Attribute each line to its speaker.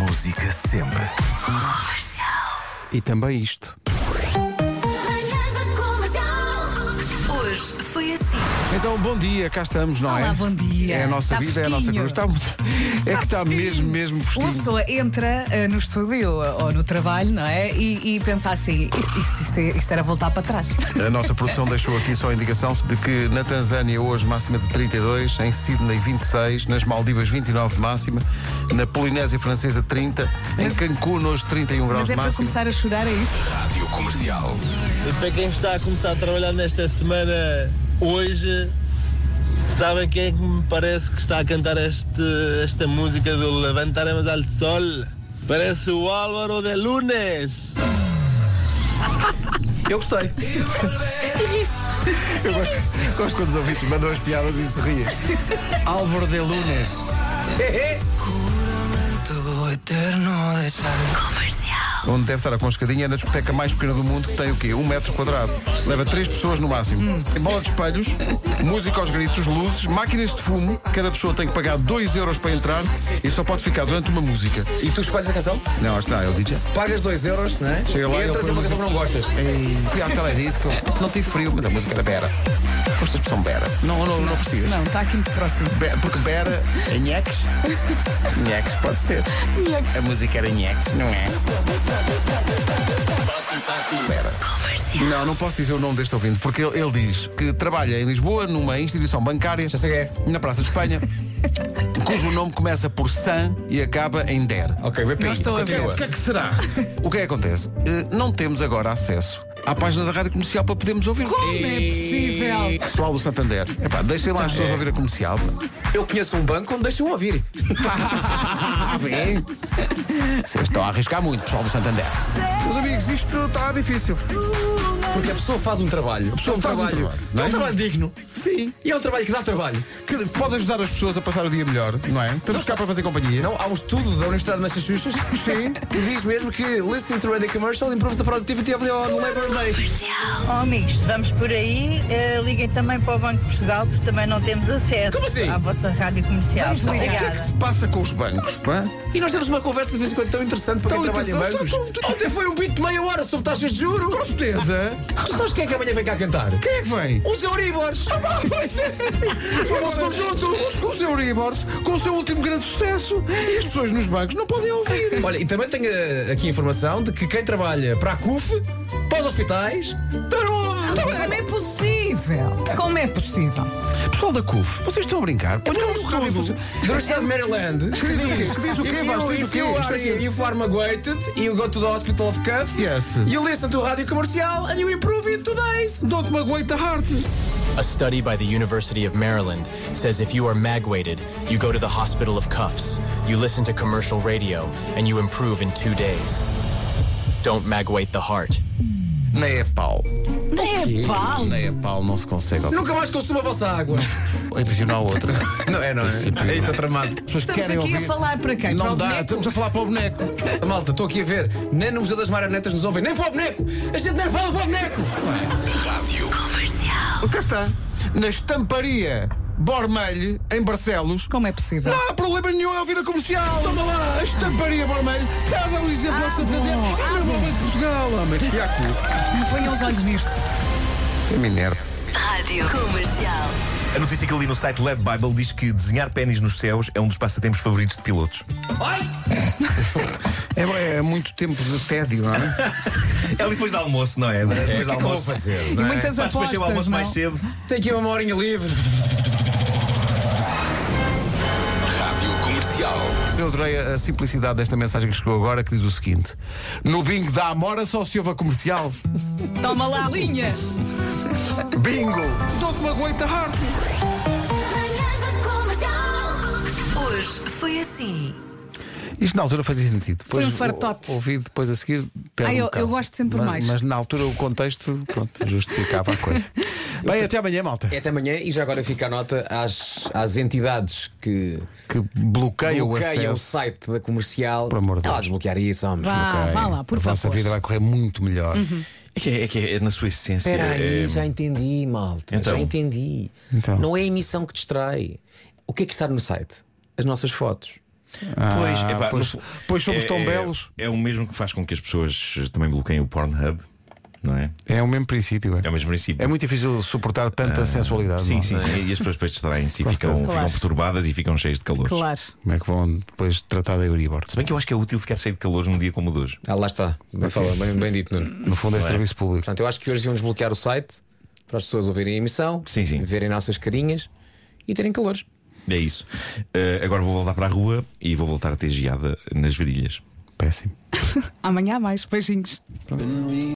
Speaker 1: música sempre.
Speaker 2: E também isto.
Speaker 3: Manhãs da Comercial. Hoje foi assim.
Speaker 2: Então, bom dia, cá estamos, não é?
Speaker 4: Olá, bom dia.
Speaker 2: É a nossa
Speaker 4: Está
Speaker 2: vida, é a nossa
Speaker 4: fresquinho.
Speaker 2: cruz. Está muito- é que está mesmo, mesmo
Speaker 4: Uma
Speaker 2: fresquinho.
Speaker 4: pessoa entra eh, no estúdio eh, ou no trabalho, não é? E, e pensa assim: isto, isto, isto é- isto era voltar para trás.
Speaker 2: A nossa produção deixou aqui só a indicação de que na Tanzânia hoje máxima de 32, em Sydney 26, nas Maldivas 29 de máxima, na Polinésia Francesa 30, em Cancún hoje 31 graus
Speaker 4: Mas
Speaker 2: de
Speaker 4: é para
Speaker 2: máximo.
Speaker 4: começar a chorar, é isso?
Speaker 1: Rádio Comercial.
Speaker 5: Para quem está a começar a trabalhar nesta semana hoje, sabem quem é que me parece que está a cantar este- esta música do Levantaremos al Sol? Parece o Álvaro de Lunes.
Speaker 2: Eu gostei. Eu gosto, gosto quando os ouvintes mandam as piadas e se riem. Álvaro de Lunes. Onde deve estar a conscadinha é na discoteca mais pequena do mundo, que tem o quê? Um metro quadrado. Leva três pessoas no máximo. Bola de espelhos, música aos gritos, luzes, máquinas de fumo. Cada pessoa tem que pagar 2 euros para entrar e só pode ficar durante uma música.
Speaker 6: E tu escolhes a canção,
Speaker 2: Não, acho que não, é o DJ.
Speaker 6: pagas 2 euros, não é?
Speaker 2: Chega lá e
Speaker 6: e
Speaker 2: ele
Speaker 6: entras
Speaker 2: põe
Speaker 6: em
Speaker 2: música.
Speaker 6: uma canção que não gostas.
Speaker 2: Ei, fui ao teledisco. Não tive frio, mas a música era Bera. Gosto da expressão Bera. Não, não, não precisas.
Speaker 4: Não, está aqui muito próximo.
Speaker 2: Be- Porque Bera é Nheques. Nheques pode ser. A música era Nheques, não é? Bera. Não, não posso dizer o nome deste ouvinte, porque ele, ele diz que trabalha em Lisboa numa instituição bancária. Já é.
Speaker 6: sei quem
Speaker 2: Na Praça de Espanha. cujo nome começa por San e acaba em Der.
Speaker 6: Ok, BPI.
Speaker 4: Não estou a ver.
Speaker 6: Continua.
Speaker 2: O que é que será? O que é que acontece? Eh, não temos agora acesso à página da Rádio Comercial para podermos ouvir.
Speaker 4: Como é possível?
Speaker 2: Pessoal do Santander. Epá, deixem lá as pessoas ouvir a comercial.
Speaker 6: Eu conheço um banco onde deixam ouvir.
Speaker 2: Ah, bem. Vocês estão a arriscar muito, pessoal do Santander. Meus amigos, isto está difícil.
Speaker 6: Porque a pessoa faz um trabalho. A pessoa
Speaker 2: Faz um trabalho, não
Speaker 6: é
Speaker 2: é?
Speaker 6: um trabalho digno.
Speaker 2: Sim.
Speaker 6: E é um trabalho que dá trabalho.
Speaker 2: Que pode ajudar as pessoas a passar o dia melhor, não é? Estamos cá para fazer companhia.
Speaker 6: Não, há um estudo da Universidade de Massachusetts Sim. que diz mesmo que listening to radio commercial improves the productivity of the on labor day.
Speaker 7: Oh, amigos, se vamos por aí, eh, liguem também para o Banco de Portugal, porque também não temos acesso
Speaker 6: Como assim?
Speaker 7: à vossa rádio comercial.
Speaker 2: O que é
Speaker 7: Obrigada.
Speaker 2: que se passa com os bancos? Não é?
Speaker 6: E nós temos uma conversa de vez em quando tão interessante para quem
Speaker 2: Tão
Speaker 6: trabalha em bancos.
Speaker 2: interessante, tão- tão-
Speaker 6: Ontem foi um beat de meia hora sobre taxas de juros.
Speaker 2: Com certeza.
Speaker 6: Tu sabes quem é que amanhã vem cá cantar?
Speaker 2: Quem é que vem?
Speaker 6: Os Euribors! é.
Speaker 2: O famoso conjunto. Os com o seu Euribors, com o seu último grande sucesso. E as pessoas nos bancos não podem ouvir.
Speaker 6: Olha, e também tenho eh, aqui a informação de que quem trabalha para a CUF, para os hospitais, também não
Speaker 2: Ah,
Speaker 6: ouve.
Speaker 4: Como é possível? Como é possível?
Speaker 2: Pessoal da CUF, vocês estão a brincar? Pois
Speaker 6: Há um
Speaker 2: não, não, não,
Speaker 6: estudo da Universidade de Maryland que
Speaker 2: diz o quê? então Que diz o quê,
Speaker 6: if
Speaker 2: Vasco?
Speaker 6: you-
Speaker 2: Diz o
Speaker 6: if
Speaker 2: quê?
Speaker 6: you
Speaker 2: Isto é
Speaker 6: are-
Speaker 2: assim.
Speaker 6: You farmaguated, you go to the hospital of cuff,
Speaker 2: Yes.
Speaker 6: you listen to a rádio comercial and you improve it today's.
Speaker 2: Don't magoei da heart.
Speaker 8: A study by the University of Maryland says if you are magweighted, you go to the hospital of cuffs, you listen to commercial radio, and you improve in two days. Don't magweight the heart.
Speaker 2: Nem é pau.
Speaker 4: É pau!
Speaker 2: Nem é pau, não se consegue.
Speaker 6: Nunca mais consuma a vossa água.
Speaker 2: Em princípio não Então há né? outra.
Speaker 6: não é, não é? Ei, estou tramado.
Speaker 2: pessoas
Speaker 4: Estamos aqui a falar para quem?
Speaker 2: Não
Speaker 4: Para o
Speaker 2: dá,
Speaker 4: boneco?
Speaker 2: estamos a falar para o boneco.
Speaker 6: Malta, estou aqui a ver. Nem no Museu das Marionetas nos ouvem, nem para o boneco. A gente nem fala para o boneco.
Speaker 2: Cá está. Na estamparia Bormelho, em Barcelos.
Speaker 4: Como é possível?
Speaker 2: Não há problema nenhum em ouvir a comercial. Toma lá. A estamparia Bormelho está a dar um exemplo
Speaker 4: Ah,
Speaker 2: ao Santander.
Speaker 4: bom.
Speaker 2: E
Speaker 4: Ah,
Speaker 2: ao Banco de Portugal, homem. E à CUF.
Speaker 4: Não ponham os olhos nisto.
Speaker 2: É Minerva.
Speaker 3: Rádio Comercial.
Speaker 9: A notícia que eu li no site Led Bible diz que desenhar pênis nos céus é um dos passatempos favoritos de pilotos.
Speaker 2: É, é muito tempo de tédio, não é?
Speaker 9: É ali depois do almoço, não é? Depois do almoço.
Speaker 6: fazer?
Speaker 2: é?
Speaker 4: E muitas
Speaker 9: Faz É, depois chega o
Speaker 4: apostas.
Speaker 9: almoço mais
Speaker 4: não?
Speaker 9: cedo.
Speaker 6: Tem aqui uma horinha livre.
Speaker 1: Rádio Comercial.
Speaker 2: Eu adorei a a simplicidade desta mensagem que chegou agora, que diz o seguinte: No bingo da Amora só se ouve a comercial.
Speaker 4: Toma lá, linha!
Speaker 2: Bingo! Don't magoei da heart.
Speaker 3: Manhãs da Comercial. Hoje foi assim.
Speaker 2: Isto na altura fazia sentido.
Speaker 4: Foi
Speaker 2: Depois
Speaker 4: um fartote.
Speaker 2: o- Ouvi depois a seguir. perde
Speaker 4: Ah,
Speaker 2: um
Speaker 4: eu-
Speaker 2: bocado.
Speaker 4: eu gosto sempre
Speaker 2: mas,
Speaker 4: mais.
Speaker 2: Mas na altura o contexto pronto, justificava a coisa. Bem, até amanhã, malta.
Speaker 6: É até amanhã e já agora fica a nota às, às entidades que
Speaker 2: Que bloqueia o
Speaker 6: bloqueiam o
Speaker 2: acesso.
Speaker 6: site da comercial.
Speaker 2: Por amor de
Speaker 6: Ela
Speaker 2: Deus.
Speaker 6: desbloquear isso, homem.
Speaker 4: Vá,
Speaker 2: Ok.
Speaker 4: Ah, vá lá, por
Speaker 2: a
Speaker 4: favor. Uhum.
Speaker 2: vossa vida vai correr muito melhor.
Speaker 9: É que é, é que é na sua essência.
Speaker 6: Espera aí,
Speaker 9: é,
Speaker 6: já entendi, malta.
Speaker 9: Então.
Speaker 6: Já entendi.
Speaker 2: Então.
Speaker 6: Não é a emissão que distrai. O que é que está no site? As nossas fotos.
Speaker 9: pois, epá, no
Speaker 2: Ah, pois-
Speaker 9: fu-
Speaker 2: pois somos tão belos.
Speaker 9: É o mesmo que faz com que as pessoas também bloqueiem o Pornhub, não é?
Speaker 2: É o mesmo princípio. É,
Speaker 9: É o mesmo princípio.
Speaker 2: É muito difícil suportar tanta sensualidade.
Speaker 9: Sim,
Speaker 2: não? é?
Speaker 9: sim, sim. E as pessoas depois distraem-se e ficam,
Speaker 2: Gostoso.
Speaker 9: ficam
Speaker 4: Claro.
Speaker 9: perturbadas e ficam cheias de calor.
Speaker 4: Claro.
Speaker 2: Como é que vão depois tratar da Euribor?
Speaker 9: Se bem que eu acho que é útil ficar cheio de calor num dia como o de hoje.
Speaker 6: Ah, lá está. Bem, fala, bem, bem dito, Nuno.
Speaker 2: No fundo é serviço público.
Speaker 6: Portanto, eu acho que hoje iam desbloquear o site para as pessoas ouvirem a emissão,
Speaker 9: Sim, sim.
Speaker 6: verem nossas carinhas e terem calores.
Speaker 9: É isso. Uh, agora vou voltar para a rua e vou voltar a ter geada nas varilhas.
Speaker 2: Péssimo.
Speaker 4: Amanhã há mais. Beijinhos.